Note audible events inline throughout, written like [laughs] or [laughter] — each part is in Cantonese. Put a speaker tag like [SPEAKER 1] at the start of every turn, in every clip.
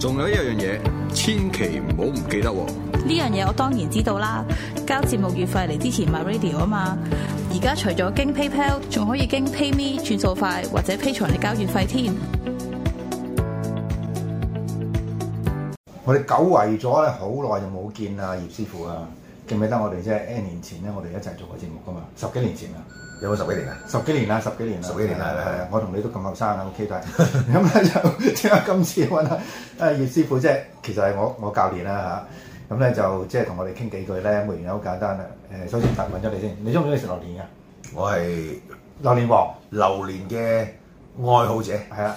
[SPEAKER 1] 仲有一樣嘢，千祈唔好唔記得喎。
[SPEAKER 2] 喎。呢樣嘢我當然知道啦，交節目月費嚟之前 My Radio 啊嘛。而家除咗經 PayPal，仲可以經 PayMe 轉數快或者 Patreon 嚟交月費添。
[SPEAKER 3] 我哋久違咗咧，好耐就冇見啦，葉師傅啊，記唔記得我哋即係 N 年前咧，我哋一齊做過節目噶嘛？十幾年前啦，啊
[SPEAKER 4] 有冇十幾年啊？
[SPEAKER 3] 十幾年啦，十幾年啦，
[SPEAKER 4] 十幾年啦
[SPEAKER 3] 係啊
[SPEAKER 4] 係啊
[SPEAKER 3] 係啊，我同你都咁後生啦，OK 都係。 [laughs] 咁咧就點解今次揾啊啊葉師傅即係其實係我我教練啦吓，咁咧就即係同我哋傾幾句咧，個原因好簡單啦。誒，首先特問咗你先，你中唔中意食榴蓮㗎？
[SPEAKER 4] 我係
[SPEAKER 3] 榴蓮王。
[SPEAKER 4] 榴蓮嘅愛好者，
[SPEAKER 3] 係啦，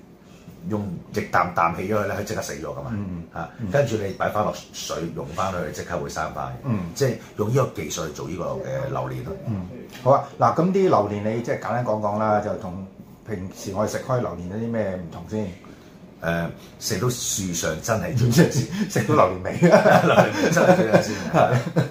[SPEAKER 4] 用液氮氮氣咗佢咧，佢即刻死咗噶嘛
[SPEAKER 3] 嗯
[SPEAKER 4] 嚇。跟住你擺翻落水溶翻佢，即刻會生翻
[SPEAKER 3] 嗯
[SPEAKER 4] 嘅。即係用呢個技術去做呢個嘅榴蓮咯。
[SPEAKER 3] 好啊。嗱，咁啲榴蓮你即係簡單講講啦，就同平時我哋食開榴蓮有啲咩唔同先？ [laughs]
[SPEAKER 4] 誒食到樹上真係最
[SPEAKER 3] 即
[SPEAKER 4] [laughs]
[SPEAKER 3] 係食到榴蓮味
[SPEAKER 4] 真係最新鮮嘅。
[SPEAKER 3] [laughs]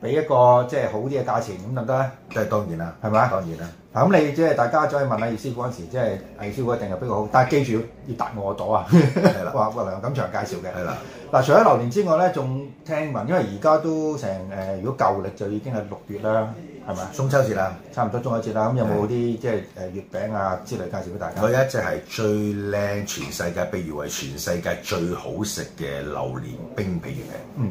[SPEAKER 3] 俾一個即係好啲嘅價錢咁得唔得咧？
[SPEAKER 4] 都係當然啦，
[SPEAKER 3] 係咪啊
[SPEAKER 4] 當然啦，
[SPEAKER 3] 嗱，咁你即係大家再問下葉師傅嗰陣時，即係葉師傅一定係比較好，但係記住要答我朵啊！係
[SPEAKER 4] 啦
[SPEAKER 3] [laughs] 話話梁錦祥介紹嘅。
[SPEAKER 4] 係啦，
[SPEAKER 3] 嗱，除咗榴蓮之外咧，仲聽聞，因為而家都成誒、呃如果舊歷就已經係六月啦，係咪啊？
[SPEAKER 4] 中秋節啦，
[SPEAKER 3] 差唔多中秋節啦，咁有冇啲即係誒月餅啊之類介紹俾大家？
[SPEAKER 4] 我有一隻係最靚，全世界被譽為全世界最好食嘅榴蓮冰皮月餅，
[SPEAKER 3] 嗯，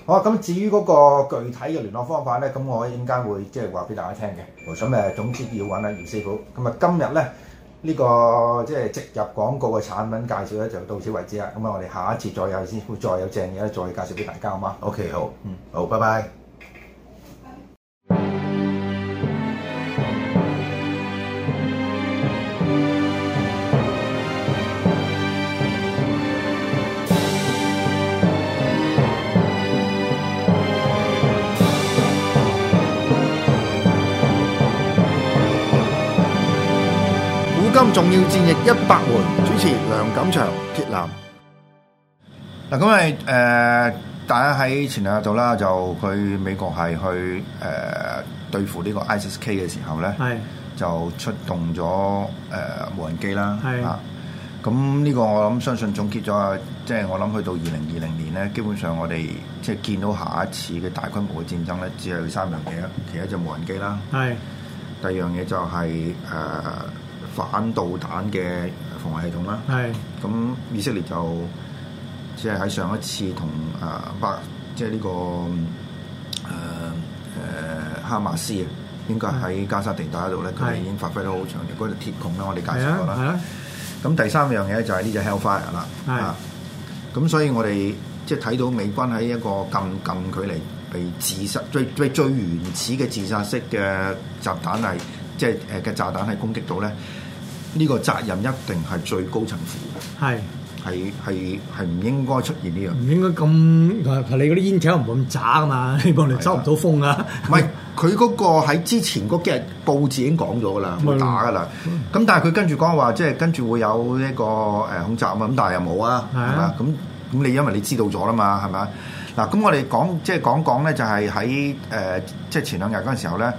[SPEAKER 3] 好啊。咁至於嗰個具體嘅聯絡方法咧，咁我一陣間會即係話俾大家聽嘅。
[SPEAKER 4] 冇
[SPEAKER 3] 咁
[SPEAKER 4] 錯
[SPEAKER 3] 誒，總之要揾阿袁師傅。咁啊，今日咧呢、個即係植入廣告嘅產品介紹咧，就到此為止啦。咁啊，我哋下一次再有師傅再有正嘢咧，再介紹俾大家好嗎？
[SPEAKER 4] ，OK 好，好，拜拜。
[SPEAKER 5] 古今重要戰役一百回，主持梁錦祥、鐵男。嗱，咁咪誒
[SPEAKER 3] 但係喺前兩日度啦，就佢美國係去誒、呃、對付呢個 ISIS-K 嘅時候咧，
[SPEAKER 6] 係
[SPEAKER 3] 就出動咗誒、呃、無人機啦，
[SPEAKER 6] 係
[SPEAKER 3] 啊咁呢個我諗相信總結咗啊，即係我諗去到二零二零年咧，基本上我哋即係見到下一次嘅大規模嘅戰爭咧，只有三樣嘢，其一就無人機啦，
[SPEAKER 6] 係
[SPEAKER 3] 第二樣嘢就係、誒、反導彈嘅防衞系統啦。
[SPEAKER 6] 係
[SPEAKER 3] 咁以色列就即係喺上一次同啊巴即係呢、個啊誒誒哈馬斯啊，應該喺加沙地帶嗰度咧，佢哋
[SPEAKER 6] 嗯係
[SPEAKER 3] 已經發揮得好長嘅嗰條鐵穹啦，我哋介
[SPEAKER 6] 係
[SPEAKER 3] 紹
[SPEAKER 6] 啊
[SPEAKER 3] 過啦
[SPEAKER 6] 係。啊
[SPEAKER 3] 咁第三樣嘢就係呢只 Hellfire 啦。
[SPEAKER 6] 係
[SPEAKER 3] 啊，咁所以我哋即係睇到美軍喺一個咁近距離被自殺最最最原始嘅自殺式嘅炸彈係即係誒嘅炸彈係攻擊到咧，呢、個責任一定係最高層負
[SPEAKER 6] 係
[SPEAKER 3] 嘅，係係係唔應該出現呢樣嘢。
[SPEAKER 6] 唔應該咁同埋你嗰啲煙條唔會咁渣噶嘛， [laughs] 你幫你收唔到風噶。
[SPEAKER 3] 唔
[SPEAKER 6] [laughs]
[SPEAKER 3] 係佢嗰個喺之前嗰幾日報紙已經講咗噶啦，會打噶啦。咁但係佢跟住講話，即係跟住會有一個誒恐襲啊嘛，咁但係又冇啊，係
[SPEAKER 6] 係
[SPEAKER 3] 咪啊
[SPEAKER 6] 啊
[SPEAKER 3] 咁咁你因為你知道咗啦嘛，係咪啊嗱，咁我哋講即係講講咧，就係喺誒即係前兩日嗰陣時候咧，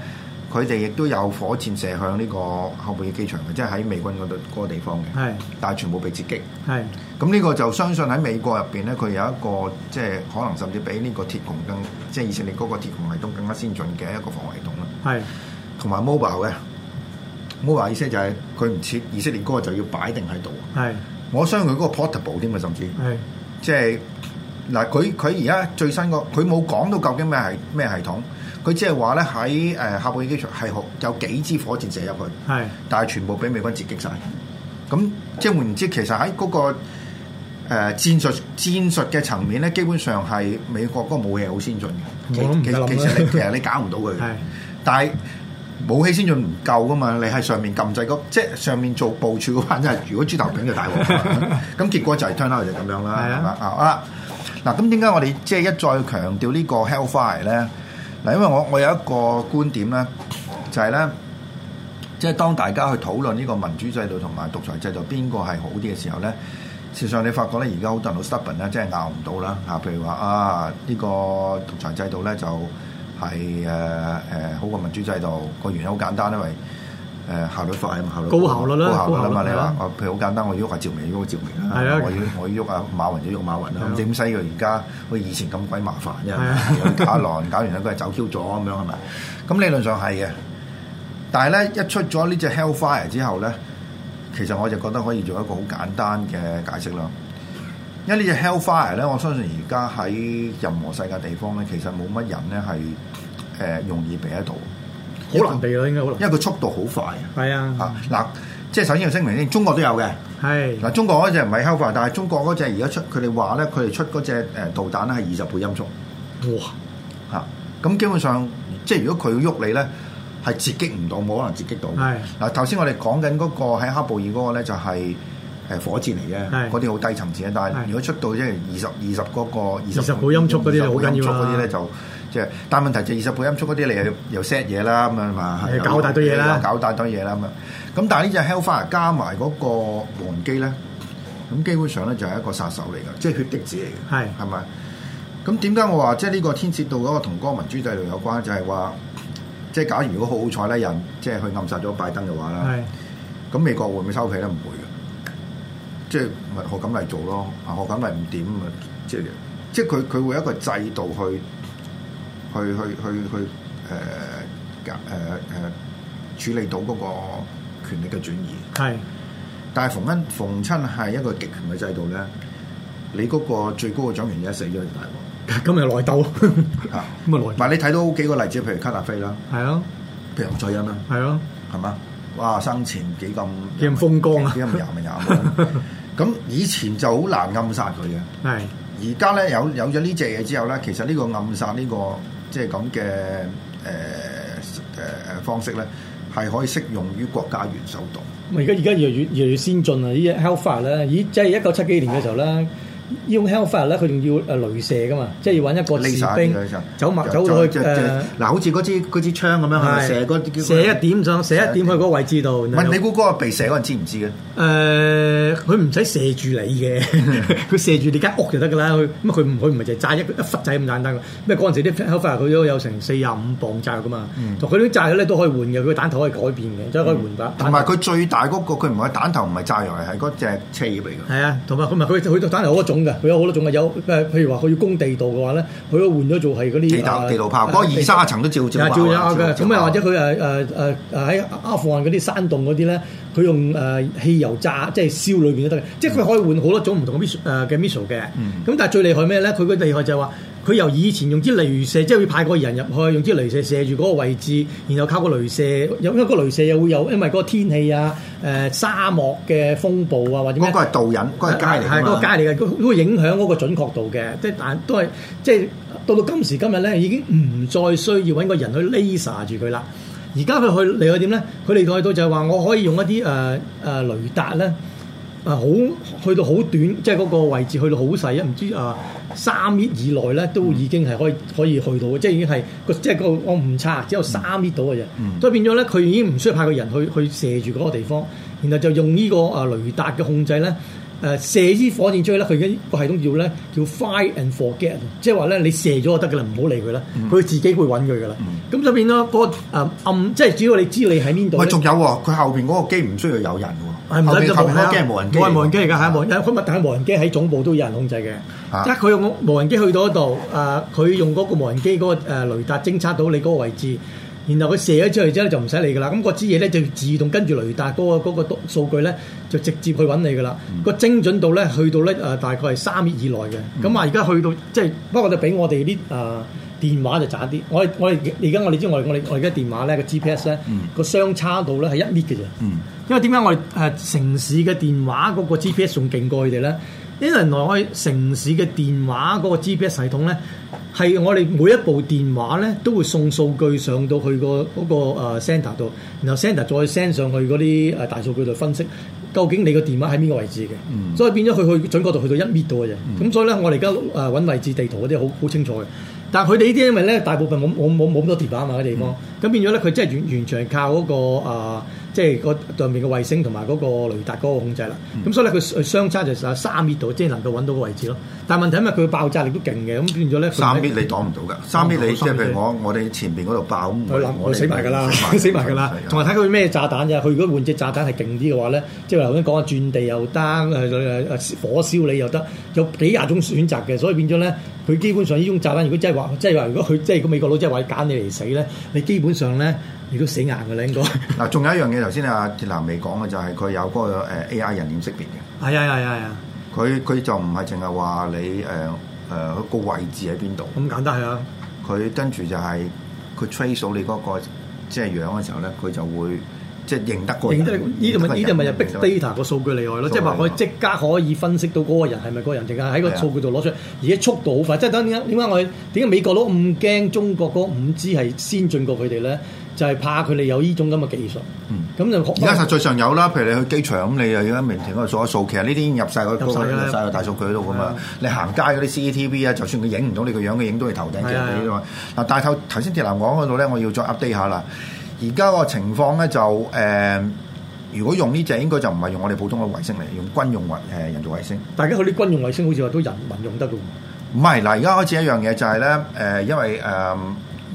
[SPEAKER 3] 佢哋亦都有火箭射向呢個後備機場嘅，即係喺美軍嗰度嗰個地方嘅，
[SPEAKER 6] 係
[SPEAKER 3] 但係全部被截擊。
[SPEAKER 6] 係
[SPEAKER 3] 咁呢個就相信喺美國入邊咧，佢有一個即係可能甚至比呢個鐵穹更，即係以色列嗰個鐵穹系統更加先進嘅一個防衞系統啦。
[SPEAKER 6] 係
[SPEAKER 3] 同埋 mobile 嘅 mobile 意思就係佢唔似以色列嗰個就要擺定喺度。
[SPEAKER 6] 係
[SPEAKER 3] 我相信佢嗰個 portable 添嘅，啊甚至
[SPEAKER 6] 係
[SPEAKER 3] 即係嗱，佢佢而家最新個佢冇講到究竟咩係咩系統，佢只係話咧喺誒喀布爾機場係學有幾支火箭射入去。
[SPEAKER 6] 係
[SPEAKER 3] 但係全部俾美軍截擊晒。咁即係換言之，其實喺嗰、個誒、呃、戰術戰術嘅層面咧，基本上係美國嗰個武器好先進嘅。其
[SPEAKER 6] 我都唔
[SPEAKER 3] 其
[SPEAKER 6] 敢諗啊
[SPEAKER 3] 其實你其實你搞唔到佢嘅
[SPEAKER 6] [laughs] 係。
[SPEAKER 3] 但係武器先進唔夠噶嘛，你喺上面撳掣嗰，即係上面做部署嗰班真係，如果豬頭炳就大鑊。
[SPEAKER 6] [laughs]
[SPEAKER 3] 咁結果就係 turn out 就係咁樣啦，
[SPEAKER 6] 係啊
[SPEAKER 3] 係嘛啊好啦。嗱，咁點解我哋即係一再強調呢個 hellfire 咧？嗱，因為我我有一個觀點咧，就係、咧。即係當大家去討論呢個民主制度同埋獨裁制度邊個係好啲嘅時候咧，事實上你發覺咧，而家好多人好 stubborn 啦，即係拗唔到啦嚇。譬如話啊，呢、個獨裁制度咧就係誒誒好過民主制度，個原因好簡單，因為誒效率快啊嘛，效率
[SPEAKER 6] 高效率啦
[SPEAKER 3] 高效率啊嘛。
[SPEAKER 6] 高效率
[SPEAKER 3] 你話
[SPEAKER 6] 啊
[SPEAKER 3] 我譬如好簡單，我要喐阿趙薇，喐阿趙薇啦，
[SPEAKER 6] 係啊
[SPEAKER 3] 我要我要喐阿馬雲就喐馬雲啦
[SPEAKER 6] 係啊。
[SPEAKER 3] 咁點使佢而家好似以前咁鬼麻煩啫？
[SPEAKER 6] 係啊
[SPEAKER 3] 搞一輪 [laughs] 搞完啦，佢係走 Q 咗咁樣係咪？咁理論上係嘅。但係咧，一出咗呢只 Hellfire 之後咧，其實我就覺得可以做一個好簡單嘅解釋啦。因為呢只 Hellfire 咧，我相信而家喺任何世界地方咧，其實冇乜人咧係誒容易避得到，
[SPEAKER 6] 好難避啦，應該好難。
[SPEAKER 3] 因為佢速度好快啊！
[SPEAKER 6] 係啊，
[SPEAKER 3] 啊嗱，即係首先要聲明先，中國都有嘅。
[SPEAKER 6] 係
[SPEAKER 3] 嗱，中國嗰只唔係 Hellfire，但係中國嗰只而家出，佢哋話咧，佢哋出嗰只誒導彈咧係二十倍音速。
[SPEAKER 6] 哇
[SPEAKER 3] 嚇。咁基本上，即係如果佢要喐你咧，係截擊唔到，冇可能截擊到。
[SPEAKER 6] 係
[SPEAKER 3] 嗱，頭先我哋講緊嗰個喺黑布爾嗰個咧，就係誒火箭嚟嘅，
[SPEAKER 6] 係
[SPEAKER 3] 嗰啲好低層次嘅。但係
[SPEAKER 6] 係
[SPEAKER 3] 如果出到即係二十二十嗰個二
[SPEAKER 6] 20倍音速嗰啲就好緊要啦
[SPEAKER 3] 嗰啲咧就即係，但係問題就二十倍音速嗰啲你又又 set 嘢啦咁樣嘛，
[SPEAKER 6] 係搞大堆嘢啦
[SPEAKER 3] 又搞大堆嘢啦咁樣。咁但係呢只 Hellfire 加埋嗰個無人機咧，咁基本上咧就係一個殺手嚟㗎，即係血滴子嚟嘅，
[SPEAKER 6] 係
[SPEAKER 3] 係咪？咁點解我話即係呢個牽涉到嗰個同嗰個民主制度有關？就係、話，即係假如如果好好彩咧，人即係去暗殺咗拜登嘅話啦，
[SPEAKER 6] 係
[SPEAKER 3] 咁美國會唔會收皮咧？唔會嘅，即係咪何錦麗做咯？啊，何錦麗唔點啊，即係即係佢佢會有一個制度去去去去去誒隔誒誒處理到嗰個權力嘅轉移。
[SPEAKER 6] 係
[SPEAKER 3] 但係逢親逢親係一個極權嘅制度咧，你嗰個最高嘅掌權者死咗就大鑊。
[SPEAKER 6] 今日內 [laughs] 鬥，咁
[SPEAKER 3] 啊
[SPEAKER 6] 啊內鬥
[SPEAKER 3] 嗱，你睇到幾個例子，譬如卡達菲啦，
[SPEAKER 6] 係咯
[SPEAKER 3] 譬如蔡恩啦，
[SPEAKER 6] 係咯
[SPEAKER 3] 係嘛？哇，生前幾咁
[SPEAKER 6] 幾咁風光啊
[SPEAKER 3] 幾咁廿咪廿
[SPEAKER 6] [laughs]
[SPEAKER 3] 蚊。咁以前就好難暗殺佢嘅，
[SPEAKER 6] 係
[SPEAKER 3] 而家咧有有咗呢隻嘢之後咧，其實呢個暗殺呢、個即係咁嘅誒誒誒方式咧，係可以適用於國家元首度。
[SPEAKER 6] 咪而家而家越嚟越越嚟越先進啊！呢啲 Hellfire 咧，咦，即係一九七幾年嘅時候咧，用 Hellfire 咧，佢仲要誒雷射噶嘛，即係要揾一個
[SPEAKER 3] 匿
[SPEAKER 6] 士
[SPEAKER 3] 晒匿晒
[SPEAKER 6] 兵走埋走到去
[SPEAKER 3] 就就就
[SPEAKER 6] 誒，
[SPEAKER 3] 嗱，好似嗰支嗰支槍咁樣，係咪射嗰啲
[SPEAKER 6] 射一點上，射一點去嗰個位置度。然後
[SPEAKER 3] 問你估嗰個被射嗰人知唔知嘅？
[SPEAKER 6] 誒，佢唔使射住你
[SPEAKER 3] [laughs]
[SPEAKER 6] 嘅，佢射住你間屋就得㗎啦。佢咁佢唔佢唔係就係炸一一忽仔咁簡單㗎。咩嗰陣時啲 Hellfire 佢都有成四廿五磅炸㗎嘛，
[SPEAKER 3] 嗯
[SPEAKER 6] 同佢啲炸藥咧都可以換嘅，佢彈頭可以改變嘅，即係可以換把。
[SPEAKER 3] 同埋佢最大嗰個，佢唔係彈頭，唔係炸藥，係嗰隻車葉嚟嘅。
[SPEAKER 6] 係啊，同埋佢咪佢佢彈頭好多種嘅，佢有好多種嘅，有誒譬如話佢要攻地道嘅話咧，佢都換咗做係嗰啲啊
[SPEAKER 3] 地道
[SPEAKER 6] 誒
[SPEAKER 3] 地道炮，嗰二三十層都照照
[SPEAKER 6] 啊
[SPEAKER 3] 爆
[SPEAKER 6] 照有
[SPEAKER 3] 啊
[SPEAKER 6] 嘅，
[SPEAKER 3] 照
[SPEAKER 6] 咁
[SPEAKER 3] 爆
[SPEAKER 6] 啊或者佢誒誒誒誒喺阿富汗嗰啲山洞嗰啲咧，佢用誒汽油炸，即係燒裏邊都得嘅，即係佢可以換好多種唔同嘅 miss 誒嘅 missile 嘅。
[SPEAKER 3] 嗯
[SPEAKER 6] 咁但係最厲害咩咧？佢嘅厲害就係話，佢由以前用支雷射，即係要派個人入去，用支雷射射住嗰個位置，然後靠個雷射，有因為個雷射又會有因為嗰個天氣啊、誒沙漠嘅風暴啊或者咩
[SPEAKER 3] 嗰個係導引，嗰個係街嚟
[SPEAKER 6] 啊係
[SPEAKER 3] 㗎
[SPEAKER 6] 嗰
[SPEAKER 3] 嘛
[SPEAKER 6] 個街嚟嘅，佢都會影響嗰個準確度嘅。即係但都係即係到到今時今日咧，已經唔再需要揾個人去 laser 住佢啦。而家佢去嚟去點咧？佢嚟去到就係話，我可以用一啲誒誒雷達咧。啊，好去到好短，即係嗰個位置去到好細啊，唔知啊三米以內咧，都已經係可以
[SPEAKER 3] 嗯
[SPEAKER 6] 可以去到嘅，即係已經係個即係個我唔差，只有三米到嘅啫。
[SPEAKER 3] 嗯
[SPEAKER 6] 所以變咗咧，佢已經唔需要派個人去去射住嗰個地方，然後就用呢個啊雷達嘅控制咧。誒射支火箭出去咧，佢而家個系統叫咧叫 fire and forget，即係話咧你射咗就得㗎啦，唔好理佢啦，
[SPEAKER 3] 嗯
[SPEAKER 6] 佢自己會揾佢㗎啦。咁就變咗嗰個呃暗，即係只要你知你喺邊度
[SPEAKER 3] 喂，
[SPEAKER 6] 呢。
[SPEAKER 3] 仲有喎，佢後邊嗰個機唔需要有人
[SPEAKER 6] 係
[SPEAKER 3] 喎，
[SPEAKER 6] 唔
[SPEAKER 3] 後
[SPEAKER 6] 使
[SPEAKER 3] 邊
[SPEAKER 6] 就
[SPEAKER 3] 後
[SPEAKER 6] 冇
[SPEAKER 3] 邊嗰個機係無人機嚟
[SPEAKER 6] 冇
[SPEAKER 3] 㗎，
[SPEAKER 6] 人無人機嚟㗎，係無人。佢咪但係無人機喺總部都有人控制
[SPEAKER 3] 啊
[SPEAKER 6] 嘅，即係佢用無人機去到嗰度，誒佢用嗰個無人機嗰個誒雷達偵測到你嗰個位置。然後佢射咗出嚟之後就唔使理㗎啦，咁嗰支嘢咧就自動跟住雷達嗰、個嗰、個數據咧就直接去揾你㗎啦。個精準度咧去到咧誒、呃大概係三米以內嘅，咁啊而家去到即係不過就比我哋啲誒。呃電話就渣啲，我哋我哋而家我哋知我哋我哋我哋而家電話咧個 GPS 咧個相差度咧係一米嘅啫，因為點解我哋誒、呃城市嘅電話嗰個 GPS 仲勁過佢哋咧？因為原來我哋城市嘅電話嗰個 GPS 系統咧，係我哋每一部電話咧都會送數據上到去個嗰個呃 center 度，然後 center 再 send 上去嗰啲誒大數據度分析，究竟你個電話喺邊個位置嘅，所以變咗佢去準確度去到一米度嘅啫。咁、所以咧，我哋而家誒揾位置地圖嗰啲好好清楚嘅。但係佢哋呢啲因為咧，大部分冇冇冇冇咁多電話啊嘛嘅地方，咁、變咗咧，佢真係完完全係靠嗰、個、啊即係個上面嘅衛星同埋嗰個雷達嗰個控制啦。咁、所以咧，佢相差就係三米度，即係能夠揾到個位置咯。但係問題因為佢爆炸力都勁嘅，咁變咗咧佢
[SPEAKER 3] 三米你擋唔到㗎，三米你即係
[SPEAKER 6] 哦三米
[SPEAKER 3] 譬如我我哋前邊嗰度爆咁，
[SPEAKER 6] 佢諗佢死埋㗎啦， [laughs] 死埋㗎啦。
[SPEAKER 3] 啊
[SPEAKER 6] 同埋睇佢咩炸彈啫。佢如果換隻炸彈係勁啲嘅話咧，即係話頭先講啊，轉地又得，誒誒誒火燒你又得，有幾廿種選擇嘅。所以變咗咧，佢基本上呢種炸彈，如果真係話，即係話如果佢即係個美國佬真係話揀你嚟死咧，你基本上咧你都死硬㗎啦，應該。係
[SPEAKER 3] 嗱，仲有一樣嘢頭先阿鐵男未講嘅就係佢有嗰個誒 AI 人臉識別嘅。
[SPEAKER 6] 啊係啊係啊，
[SPEAKER 3] 佢佢就唔係淨係話你誒誒個位置喺邊度，
[SPEAKER 6] 咁簡單係啊。
[SPEAKER 3] 佢跟住就係佢 trace 到你嗰、個即係樣嘅時候咧，佢就會即哦係認得個
[SPEAKER 6] 認
[SPEAKER 3] 人嗯
[SPEAKER 6] 得呢度咪呢度咪就 big data 個數據厲害咯，即係話佢即刻可以分析到嗰個人係咪嗰個人，淨係
[SPEAKER 3] 啊
[SPEAKER 6] 喺個數據度攞出嚟，而且速度好快。即係等點解點解我哋點解美國佬咁驚中國嗰五 G 係先進過佢哋咧？就係怕佢哋有呢種咁嘅技術。咁就
[SPEAKER 3] 嗯而家實際上有啦，譬如你去機場咁，你又要喺面前嗰度數一數，其實呢啲已經入晒個
[SPEAKER 6] 入晒㗎啦啊
[SPEAKER 3] 入晒個大數據嗰度噶嘛。你行街嗰啲 CCTV 啊，就算佢影唔到你個樣，佢影到你頭頂嘅
[SPEAKER 6] 係啊
[SPEAKER 3] 嗰啲嘛。嗱，但係頭頭先鐵男講嗰度咧，我要再 update 下啦。而家個情況咧就誒、如果用呢只應該就唔係用我哋普通嘅衛星嚟，用軍用衛誒、人造衛星。
[SPEAKER 6] 大家佢啲軍用衛星好似話都人民用得㗎喎。
[SPEAKER 3] 唔係嗱，而家開始一樣嘢就係咧，誒、因為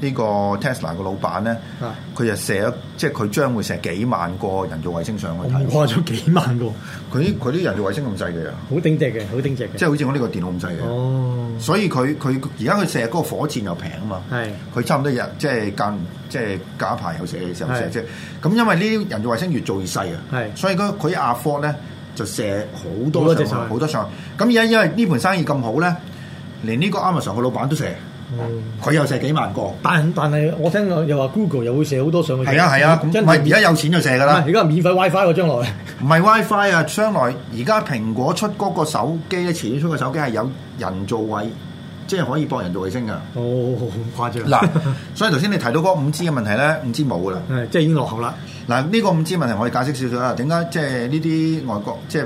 [SPEAKER 3] 誒呢、個 Tesla 個老闆咧
[SPEAKER 6] 啊，
[SPEAKER 3] 佢就射咗，即係佢將會射幾萬個人造衛星上去
[SPEAKER 6] 我唔
[SPEAKER 3] 睇。
[SPEAKER 6] 誇咗幾萬個，
[SPEAKER 3] 佢啲佢啲人造衛星咁細嘅，
[SPEAKER 6] 好頂隻嘅，好頂隻
[SPEAKER 3] 即
[SPEAKER 6] 嘅。
[SPEAKER 3] 係好似我呢個電腦咁細嘅。
[SPEAKER 6] 哦，
[SPEAKER 3] 所以佢佢而家佢射嗰個火箭又平啊嘛。
[SPEAKER 6] 係
[SPEAKER 3] 佢差唔多日即係間即係隔一排又射嘅時候射
[SPEAKER 6] 係
[SPEAKER 3] 即係咁，因為呢啲人造衛星越做越細啊，
[SPEAKER 6] 係
[SPEAKER 3] 所以佢佢阿科咧就射好
[SPEAKER 6] 好多
[SPEAKER 3] 多
[SPEAKER 6] 隻
[SPEAKER 3] 上去
[SPEAKER 6] 上去
[SPEAKER 3] 好多上去。咁而家因為呢盤生意咁好咧，連呢個 Amazon 個老闆都射，佢又射幾萬個。
[SPEAKER 6] 但但係我聽過又話 Google 又會射好多上去。
[SPEAKER 3] 係啊係啊，咁
[SPEAKER 6] 真
[SPEAKER 3] 唔
[SPEAKER 6] 係
[SPEAKER 3] 係而家有錢就射㗎
[SPEAKER 6] 唔係
[SPEAKER 3] 啦，
[SPEAKER 6] 而家免費 WiFi 喎，將來。
[SPEAKER 3] 唔係 WiFi 啊，將來而家蘋果出嗰個手機咧，遲啲出個手機係有人造衛，即係可以播人造衛星㗎。
[SPEAKER 6] 哦，好誇
[SPEAKER 3] [laughs]
[SPEAKER 6] 張。
[SPEAKER 3] 嗱，所以頭先你提到嗰五 G 嘅問題咧，五 G 冇㗎啦。
[SPEAKER 6] 誒，即係已經落後啦。
[SPEAKER 3] 啊嗱，呢個五 G 問題我哋解釋少少啦。點解即係呢啲外國即係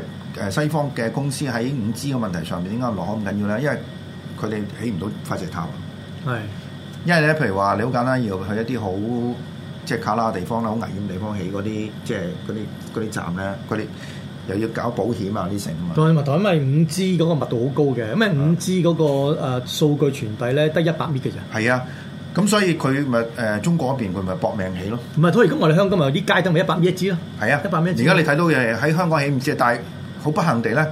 [SPEAKER 3] 誒西方嘅公司喺五 G 嘅問題上面點解落後咁緊要咧？因為佢哋起唔到發射塔。
[SPEAKER 6] 係
[SPEAKER 3] 因為咧，譬如話你好簡單，要去一啲好即係卡拉嘅地方啦，好危險嘅地方起嗰啲即係嗰啲嗰啲站咧，佢哋又要搞保險啊啲成啊嘛。
[SPEAKER 6] 同埋密度，因為五 G 嗰個密度好高嘅，因為五 G 嗰個誒數據傳遞咧得一百米嘅咋。
[SPEAKER 3] 係啊，咁所以佢咪誒中國嗰邊佢咪搏命起咯。
[SPEAKER 6] 唔係，所以而家我哋香港咪有啲街燈咪一百米一支咯。
[SPEAKER 3] 係啊，
[SPEAKER 6] 一百米一支。
[SPEAKER 3] 而家你睇到嘅喺香港起五 G，但係好不幸地咧，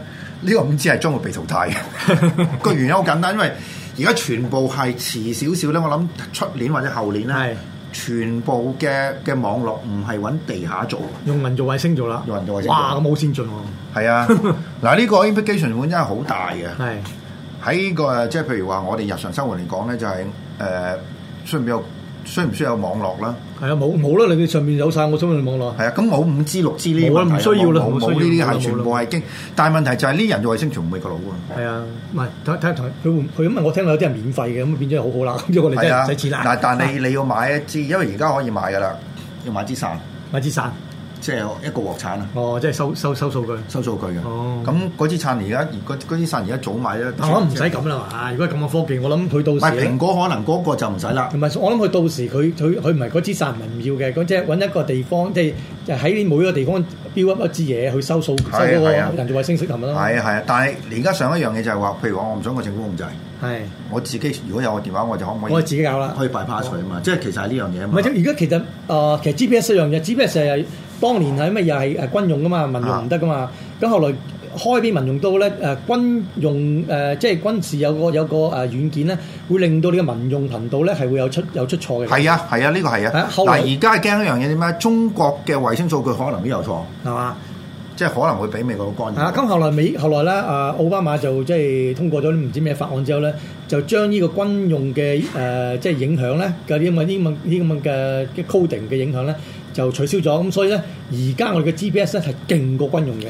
[SPEAKER 3] 呢、個五 G 係將會被淘汰
[SPEAKER 6] [laughs]
[SPEAKER 3] 嘅。個原因好簡單，因為而家全部係遲少少咧，我諗出年或者後年
[SPEAKER 6] 係
[SPEAKER 3] 咧，全部嘅嘅網絡唔係揾地下做。
[SPEAKER 6] 用人造衛星做啦，
[SPEAKER 3] 用人造衛星做
[SPEAKER 6] 哇咁好先進喎，
[SPEAKER 3] 係啊， [laughs] 嗱呢個 implication 本真係好大嘅。
[SPEAKER 6] 係
[SPEAKER 3] 喺個即係譬如話，我哋日常生活嚟講咧，就係、誒需唔需要需唔需要有網絡啦？
[SPEAKER 6] 係啊冇冇啦，你上面有晒我中意網絡，
[SPEAKER 3] 係啊，咁冇五 G 六 G 呢啲
[SPEAKER 6] 冇啦
[SPEAKER 3] 問題
[SPEAKER 6] 唔需要啦
[SPEAKER 3] 冇冇
[SPEAKER 6] 冇
[SPEAKER 3] 呢
[SPEAKER 6] 需
[SPEAKER 3] 啲
[SPEAKER 6] 要啦
[SPEAKER 3] 係
[SPEAKER 6] 冇
[SPEAKER 3] 全
[SPEAKER 6] 啦
[SPEAKER 3] 部係經，但係問題就係呢人造衛星全部美國佬㗎。
[SPEAKER 6] 係啊，唔係睇睇下同佢會唔佢因為我聽到有啲人免費嘅，咁變咗好
[SPEAKER 3] [laughs]
[SPEAKER 6] 好啦，咁咗我哋真係唔使錢啊啦。
[SPEAKER 3] 嗱，啊但係你你要買一支，因為而家可以買㗎啦，要買支傘，
[SPEAKER 6] [laughs] 買支傘，
[SPEAKER 3] 即係一個鑊鏟啊，
[SPEAKER 6] 哦，即係收收收數據。
[SPEAKER 3] 收數據嘅。
[SPEAKER 6] 哦
[SPEAKER 3] 咁嗰支撐而家，嗰嗰支撐而家早買啦。
[SPEAKER 6] 啊我諗唔使咁啦嘛，如果係咁嘅科技，我諗佢
[SPEAKER 3] 唔
[SPEAKER 6] 到時
[SPEAKER 3] 係
[SPEAKER 6] 咧
[SPEAKER 3] 蘋，果可能嗰個就唔使啦
[SPEAKER 6] 唔。係我諗佢到時佢佢佢唔係嗰支傘唔係唔要嘅，咁即係揾一個地方，即係就喺你每個地方 build up 一支嘢去收數，收
[SPEAKER 3] 係
[SPEAKER 6] 嗰個
[SPEAKER 3] 係啊
[SPEAKER 6] 人造衛星system 咪啦。
[SPEAKER 3] 係啊係啊，但係而家上一樣嘢就係話，譬如話我唔想個政府控制，
[SPEAKER 6] 係，
[SPEAKER 3] 我自己如果有個電話，我就可唔可以
[SPEAKER 6] 我哋自己搞啦。
[SPEAKER 3] 可以 bypass 佢啊嘛？即係其實係呢樣嘢啊
[SPEAKER 6] 唔
[SPEAKER 3] 嘛
[SPEAKER 6] 係，。即而家其實誒、呃其實 GPS 一樣嘢，GPS 就係當年係咩又係誒軍用噶嘛，民
[SPEAKER 3] 啊
[SPEAKER 6] 用唔得噶嘛。咁後來開俾民用都咧誒、呃、軍用誒、呃即係軍事有個有個誒、呃、軟件咧，會令到你嘅民用頻道咧係會有出有出錯嘅。
[SPEAKER 3] 係啊係啊，呢個係
[SPEAKER 6] 係
[SPEAKER 3] 啊
[SPEAKER 6] 啊。後
[SPEAKER 3] 嗱，
[SPEAKER 6] 來
[SPEAKER 3] 而家係驚一樣嘢點解？中國嘅衛星數據可能都有錯，
[SPEAKER 6] 係嘛？
[SPEAKER 3] 即係可能會俾美國干
[SPEAKER 6] 啊！
[SPEAKER 3] 擾。
[SPEAKER 6] 咁後來美後來咧，啊奧巴馬就即係通過咗啲唔知咩法案之後咧，就將呢個軍用嘅誒、呃即係影響咧嘅啲咁嘅啲咁啲咁嘅嘅 coding 嘅影響咧，就取消咗。咁所以咧，而家我哋嘅 GPS 咧係勁過軍用嘅。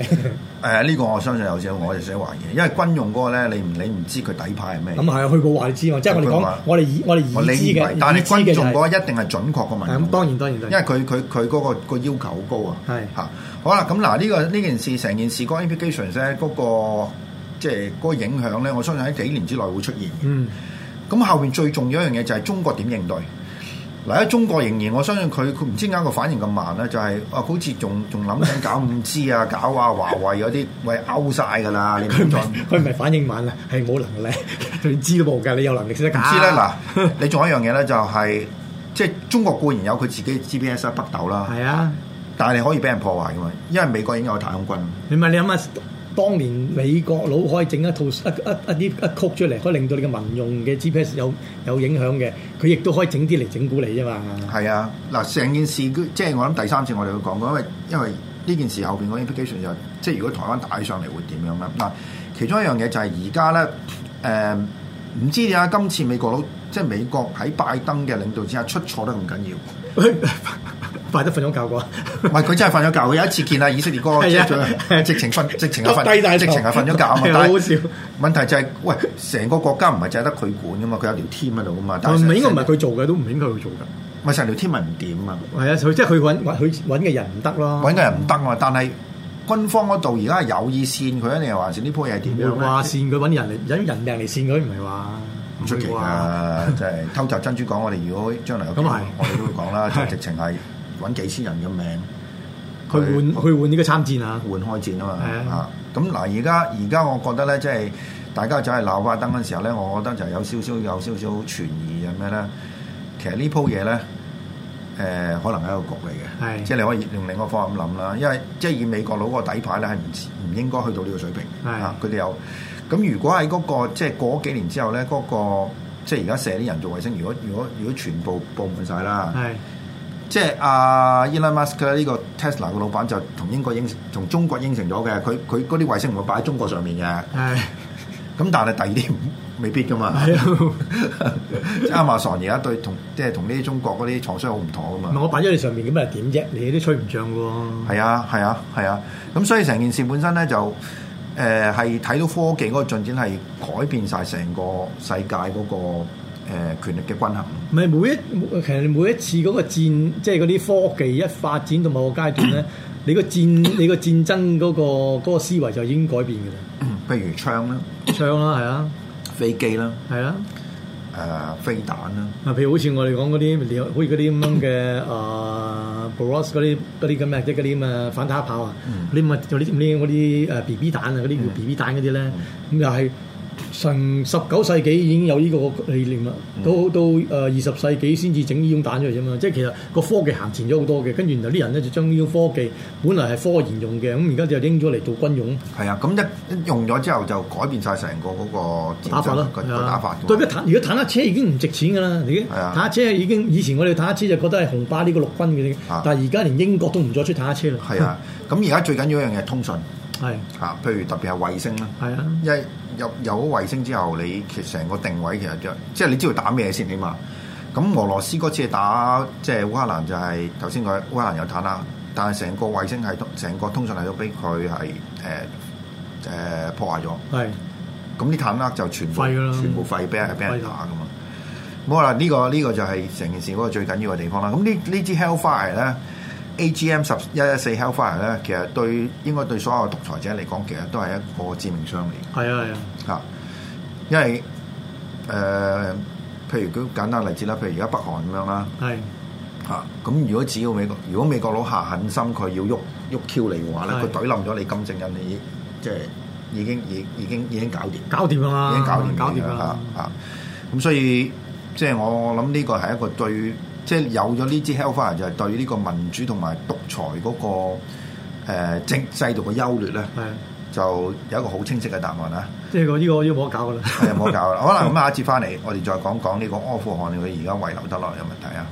[SPEAKER 3] 誒呢個我相信有少少我就少懷疑，因為軍用嗰個咧，你唔你唔知佢底牌係咩
[SPEAKER 6] 咁。係啊，去報話你知嘛，即係我哋
[SPEAKER 3] 去報
[SPEAKER 6] 講
[SPEAKER 3] 話，
[SPEAKER 6] 我哋已我哋已
[SPEAKER 3] 我你以
[SPEAKER 6] 知嘅
[SPEAKER 3] 為，，但係
[SPEAKER 6] 已知嘅
[SPEAKER 3] 軍
[SPEAKER 6] 就
[SPEAKER 3] 用
[SPEAKER 6] 係
[SPEAKER 3] 嗰個一定係準確個民
[SPEAKER 6] 係
[SPEAKER 3] 用
[SPEAKER 6] 咁，。當然當然
[SPEAKER 3] 因為
[SPEAKER 6] 當然，
[SPEAKER 3] 佢佢佢嗰個個要求好高啊。
[SPEAKER 6] 係
[SPEAKER 3] 嚇，好啦，咁嗱呢個呢件事成件事嗰個 implications 咧，嗰個即係嗰個影響咧，我相信喺幾年之內會出現嘅。
[SPEAKER 6] 嗯
[SPEAKER 3] 咁後面最重要一樣嘢就係中國點應對。嗱喺中國仍然，我相信佢佢唔知點解個反應咁慢咧，就係、啊好似仲仲諗緊搞五 G 啊，搞 [laughs] 啊華為嗰啲，喂 out 晒㗎啦，你
[SPEAKER 6] 佢
[SPEAKER 3] 唔
[SPEAKER 6] 唔
[SPEAKER 3] 再
[SPEAKER 6] 係
[SPEAKER 3] 唔
[SPEAKER 6] 佢唔係反應慢啊，係冇能力， [laughs] 你知都冇㗎，你有能力先得㗎。
[SPEAKER 3] 知咧嗱，你仲有一樣嘢咧就係、即係中國固然有佢自己嘅 GPS 啦北斗啦，
[SPEAKER 6] 係啊，
[SPEAKER 3] 但係你可以俾人破壞㗎嘛，因為美國已經有太空軍。
[SPEAKER 6] 你咪你諗下，當年美國佬可以整一套一一一啲一曲出嚟，可以令到你嘅民用嘅 GPS 有有影響嘅，佢亦都可以整啲嚟整蠱你啫嘛。 [laughs]
[SPEAKER 3] 係啊，嗱，成件事佢即係我諗第三次我哋會講過，因為因為呢件事後邊個 implication 就係即係如果台灣打起上嚟會點樣咧？嗱，其中一樣嘢就係而家咧，誒、唔知點解今次美國佬即係美國喺拜登嘅領導之下出錯得咁
[SPEAKER 6] [laughs]
[SPEAKER 3] 緊要，
[SPEAKER 6] 快得瞓咗覺啩，
[SPEAKER 3] 唔係佢真係瞓咗覺。佢有一次見啊以色列嗰個
[SPEAKER 6] 係啊
[SPEAKER 3] 車長直情瞓，
[SPEAKER 6] [laughs]
[SPEAKER 3] 直情係
[SPEAKER 6] 耷低大
[SPEAKER 3] 瞓，
[SPEAKER 6] 頭
[SPEAKER 3] 直情係瞓咗覺啊嘛。
[SPEAKER 6] 係啊
[SPEAKER 3] 但
[SPEAKER 6] [laughs] 好
[SPEAKER 3] 係
[SPEAKER 6] 笑
[SPEAKER 3] 問題就係、喂，成個國家唔係淨係得佢管噶嘛，佢有條 team 喺度噶嘛。但
[SPEAKER 6] 哦唔
[SPEAKER 3] 係
[SPEAKER 6] 係應該
[SPEAKER 3] 成
[SPEAKER 6] 唔係佢做嘅，都唔應該佢做㗎。
[SPEAKER 3] 咪成條 team 咪唔掂啊？
[SPEAKER 6] 係啊，佢即係佢揾揾佢揾嘅人唔得咯。
[SPEAKER 3] 揾個人唔得啊！但係軍方嗰度而家係有意線佢一啊定係還是呢鋪嘢係點
[SPEAKER 6] 唔會話
[SPEAKER 3] 樣咧？
[SPEAKER 6] 線佢揾人嚟揾人命嚟線佢，唔係話
[SPEAKER 3] 唔出奇啊
[SPEAKER 6] 唔會話
[SPEAKER 3] 㗎，即係偷襲珍珠港。我哋如果將來有機會
[SPEAKER 6] 咁係
[SPEAKER 3] 我哋都會講啦，就
[SPEAKER 6] 係
[SPEAKER 3] 直情係揾幾千人嘅命
[SPEAKER 6] 佢換佢換呢個參戰啊！
[SPEAKER 3] 換開戰啊
[SPEAKER 6] 係
[SPEAKER 3] 嘛
[SPEAKER 6] 啊
[SPEAKER 3] 嚇。咁嗱，而家而家我覺得咧，即係大家就係鬧拜登嗰陣時候咧，我覺得就有少少有少少存疑係咩咧？其實呢鋪嘢咧。誒、可能係一個局嚟嘅，
[SPEAKER 6] 係
[SPEAKER 3] 即係你可以用另一個方向咁諗啦，因為即係以美國佬個底牌咧係唔唔應該去到呢個水平，
[SPEAKER 6] 係
[SPEAKER 3] 啊佢哋有咁如果喺嗰、個即係過咗幾年之後咧，嗰、個即係而家射啲人造衛星，如果如果如果全部佈滿晒啦，
[SPEAKER 6] 係
[SPEAKER 3] 即係阿 Elon Musk 咧呢個 Tesla 嘅老闆就同英國應同中國應承咗嘅，佢佢嗰啲衛星唔會擺喺中國上面嘅，
[SPEAKER 6] 係
[SPEAKER 3] 咁但係第二啲唔未必噶嘛。
[SPEAKER 6] 係
[SPEAKER 3] [laughs] 即係 Amazon 而家對同即係同呢啲中國嗰啲廠商好唔妥噶
[SPEAKER 6] 唔係
[SPEAKER 3] 嘛。
[SPEAKER 6] 我擺咗你上面咁又點啫？你都吹唔漲嘅喎。
[SPEAKER 3] 係啊，係啊，係啊。咁所以成件事本身咧就呃誒係睇到科技嗰個進展係改變晒成個世界嗰、個、誒權力嘅均衡。
[SPEAKER 6] 唔係每一其實每一次嗰個戰，即係嗰啲科技一發展到某個階段咧，你個戰你個戰爭嗰、個嗰個思維就已經改變嘅啦。
[SPEAKER 3] 譬如槍啦、呃
[SPEAKER 6] 槍啦，係啊，
[SPEAKER 3] 飛機啦、
[SPEAKER 6] 係啦。
[SPEAKER 3] 誒、飛彈啦，
[SPEAKER 6] 啊，譬如好似我哋講嗰啲，好似嗰啲咁樣嘅啊 b o r o s 嗰啲嗰啲咁嘅，即係嗰啲咁嘅反坦克炮啊，嗰啲咁嘅有啲咁啲嗰啲誒 BB 彈啊，嗰啲叫 BB 彈嗰啲咧，咁又係上十九世紀已經有呢個理念啦，到到誒二十世紀先至整呢種彈出嚟啫嘛，即係其實個科技行前咗好多嘅，跟住然後啲人咧就將呢種科技本來係科研用嘅，咁而家就拎咗嚟做軍用。
[SPEAKER 3] 係啊，咁一一用咗之後就改變晒成個嗰個戰爭
[SPEAKER 6] 打法啦，
[SPEAKER 3] 個
[SPEAKER 6] 係
[SPEAKER 3] 個
[SPEAKER 6] 啊
[SPEAKER 3] 打法㗎嘛。
[SPEAKER 6] 對，而家坦而家坦克車已經唔值錢㗎啦，已經
[SPEAKER 3] 係啊
[SPEAKER 6] 坦克車已經以前我哋坦克車就覺得係紅巴呢個陸軍嘅
[SPEAKER 3] 啊，
[SPEAKER 6] 但係而家連英國都唔再出坦克車啦。
[SPEAKER 3] 係啊，咁而家最緊要一樣嘢係通訊
[SPEAKER 6] 係啊
[SPEAKER 3] 嚇，譬如特別係衛星啦。
[SPEAKER 6] 係啊，
[SPEAKER 3] 因為有有咗衛星之後，你其實成個定位其實就即係你知道打咩先起碼。咁俄羅斯嗰次打即係烏克蘭就係頭先講烏克蘭有坦克，但係成個衛星系統、成個通訊系統俾佢係誒誒破壞咗。
[SPEAKER 6] 係
[SPEAKER 3] 咁啲坦克就全部
[SPEAKER 6] 廢㗎啦
[SPEAKER 3] 全部廢俾人俾人
[SPEAKER 6] 廢
[SPEAKER 3] 打
[SPEAKER 6] 咗
[SPEAKER 3] 噶嘛。咁好啦，呢、個呢、個就係成件事嗰個最緊要嘅地方啦。咁呢呢支 Hellfire 咧，AGM 十一一四 Hellfire 咧，其實對應該對所有獨裁者嚟講，其實都係一個致命傷嚟嘅。
[SPEAKER 6] 係啊係啊，
[SPEAKER 3] 嚇，因為誒、呃譬如舉簡單例子啦，譬如而家北韓咁樣啦，
[SPEAKER 6] 係
[SPEAKER 3] 嚇，咁如果只要美國，如果美國佬下狠心，佢要喐喐 Q 你嘅話咧，
[SPEAKER 6] 係
[SPEAKER 3] 佢懟冧咗你金正恩，你即係已經已已經已經搞掂，
[SPEAKER 6] 搞掂㗎啦，
[SPEAKER 3] 已經搞掂
[SPEAKER 6] 啊搞掂㗎
[SPEAKER 3] 㗎
[SPEAKER 6] 啦
[SPEAKER 3] 啦，啊嚇嚇，咁所以即係我諗呢個係一個最即係有咗呢支 Hellfire 就係對呢個民主同埋獨裁嗰、個、呃、政制度嘅優劣咧，
[SPEAKER 6] 係啊
[SPEAKER 3] 就有一個好清晰嘅答案啊
[SPEAKER 6] [laughs]
[SPEAKER 3] 啦。
[SPEAKER 6] 即係個呢個呢個冇得搞㗎啦。
[SPEAKER 3] 係冇搞啦。好啦，咁下一節翻嚟，我哋再講講呢個阿富汗佢而家遺留得落嚟嘅問題啊。